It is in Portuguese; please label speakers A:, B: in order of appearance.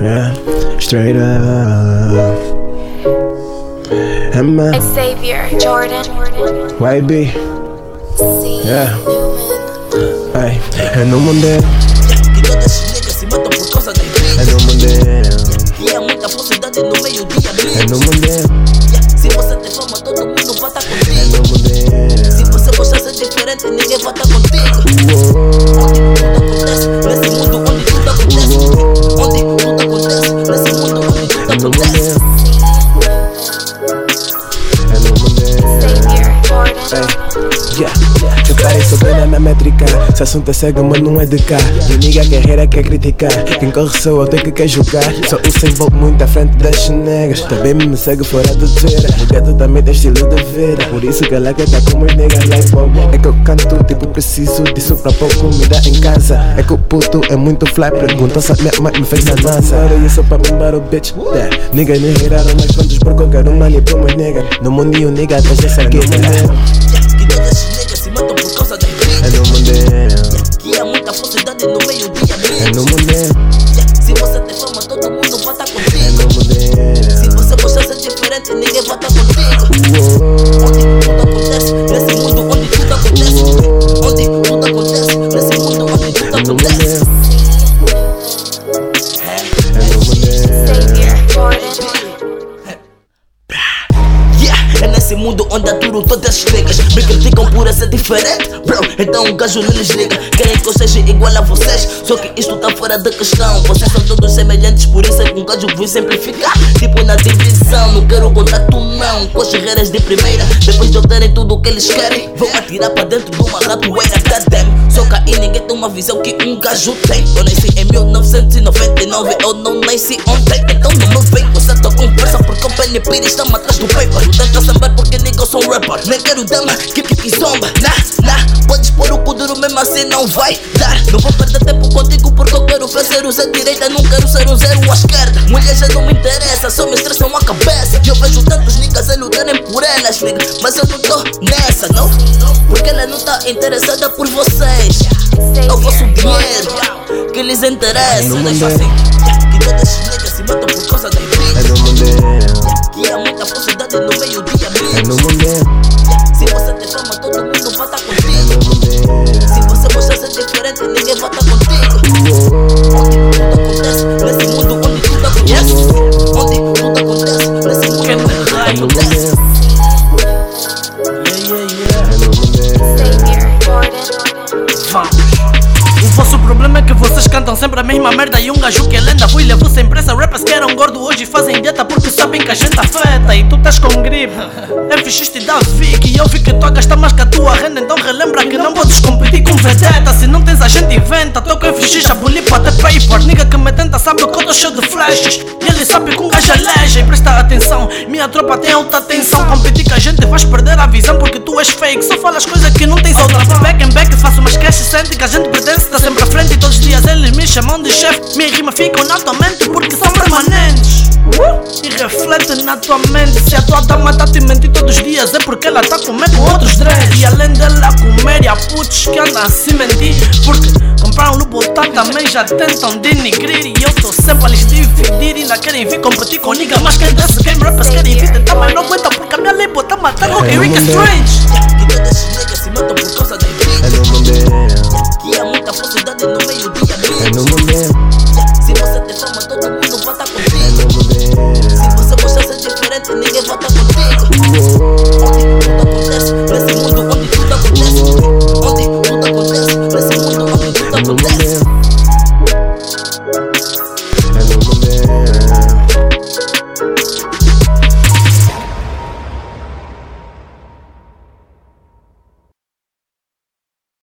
A: Yeah, straight up. Emma,
B: Xavier Jordan.
A: YB,
B: C.
A: Yeah.
B: Newman.
A: ay, é no Mondel,
C: Que toda essa nega se mata por causa da igreja.
A: é no Mondel,
C: E é muita falsidade no meio-dia
A: é no
C: mesmo.
A: Mondel,
C: Se você tem fama, todo mundo vota
A: é
C: contigo.
A: no
C: Se
A: Mondel.
C: você gostar de ser diferente, ninguém vota contigo. Onde tudo acontece, nesse mundo onde tudo acontece. Onde tudo acontece, nesse mundo onde tudo
A: É no
C: acontece.
A: Mondel, é no Mondel.
B: Xavier Jordan.
A: Yeah, yeah. Eu pareço bem na minha métrica. Se assunto é cego, mas não é de cá. E nigga guerreira quer criticar. Quem corre sou eu, tem que quer julgar. Só o sem volta muito à frente das negras. Também me segue fora do Twitter. O gato também tem estilo de vida. Por isso que ela quer tá com os niggas like wow. É que eu canto, tipo, preciso disso pra pôr comida em casa. É que o puto é muito fly. Pergunta se a minha mãe me fez na dança. E isso pra mim, o bitch. Yeah. Niggas me viraram mais quantos por qualquer um manipulou meus niggas. No mundo, e o nigga tá atrás dessa guerra.
C: Que todas as negas se matam por causa da
A: É
C: igreja.
A: no Mondel,
C: E é muita falsidade no meio-dia
A: é no
C: mesmo.
A: Mondel,
C: Se você tem fama, todo mundo vota
A: é
C: contigo.
A: no
C: Se
A: Mondel.
C: você gostar de ser diferente, ninguém vota contigo. Onde tudo acontece, nesse mundo onde tudo acontece. Onde tudo acontece, nesse mundo onde tudo
A: É no
C: acontece.
A: Mondel, é no Mondel.
B: Xavier Jordan.
C: Yeah, é nesse mundo onde aturam todas as negas Me criticam por ser diferente, bro Então o gajo não lhes liga Querem que eu seja igual a vocês Só que isto tá fora da questão Vocês são todos semelhantes, por isso é que um gajo vou simplificar Tipo na divisão, não quero contato não Com as guerreiras de primeira Depois de eu terem tudo o que eles querem Vão atirar pra dentro de uma ratoeira, goddamn Só caí, ninguém tem uma visão que um gajo tem Eu nasci em 1999, eu não nasci ontem Então não me vem com essa tua conversa Porque o Benny Pires tá atrás do paper Não tenta sambar porque nigga eu sou um rapper Nem quero dama, que que zomba Nah, nah, podes pôr o cu duro mesmo assim não vai dar Não vou perder tempo contigo porque eu quero fazer o zero direita Não quero ser um zero à esquerda Mulheres já não me interessa, só me estressam a cabeça E eu vejo tantos niggas a lutarem por elas, nigga Mas eu não tô nessa, não Porque ela não tá interessada por vocês É o vosso dinheiro que lhes interessa
A: Não
C: Deixa
A: mandei.
C: assim, que todas as niggas se matam por causa da igreja
A: É no Mondel,
C: e é muita falsidade no meio-dia
A: é no
C: mesmo.
A: Mondel,
C: Se você tem fama, todo mundo vota
A: é
C: contigo.
A: no Mondel.
C: Se você gostar de ser diferente, ninguém vota
A: É
C: contigo. Onde tudo acontece, nesse mundo onde tudo acontece. Onde tudo acontece, nesse mundo onde tudo
A: É no
C: acontece.
A: Mondel, é no Mondel.
B: Xavier Jordan.
D: O vosso problema é que vocês cantam sempre a mesma merda E um gajo que é lenda fui levou sem pressa Rappers que eram gordo hoje fazem dieta Porque sabem que a gente afeta E tu estás com gripe É fichiste da Vic E eu vi que tu a gastar mais que a tua renda Então relembra que não podes competir com vedeta Se não tens a gente inventa Tô com FX a bulir até paper Nigga que me tenta sabe que eu tô cheio de flashes E ele sabe que um gajo é leja E presta atenção Minha tropa tem alta tensão Competir com a gente vais perder a visão Porque tu és fake Só falas coisas que não tens outra Back and back faço umas caixas sente que a gente pertence Tá sempre à frente e todos os dias eles me chamam de chefe Minha rima ficam na tua mente porque são permanentes Uh! E reflete na tua mente Se a tua dama tá te mentindo todos os dias É porque ela tá comer com outros dreads E além dela comer e a putz que anda a se mentir Porque compraram no botão também já tentam denigrir E eu tô sempre a lhes dividir Ainda querem vir competir com nigga Mas quem desse game rappers querem vir tentar Mas não aguenta porque a minha label tá matando o
A: É,
D: Eric
A: mandei.
D: Strange
C: Que todas as niggas se matam por causa da
A: É
C: igreja.
A: no Mondel,
C: E é muita falsidade no meio-dia
A: é no
C: mesmo.
A: Mondel,
C: Se você tem fama, todo mundo vota
A: é
C: contigo.
A: no Mondel.
C: Se você gostar de ser diferente, ninguém vota contigo. Onde tudo acontece, nesse mundo onde tudo acontece. Onde tudo acontece, nesse mundo onde tudo
A: É no
C: acontece.
A: Mondel,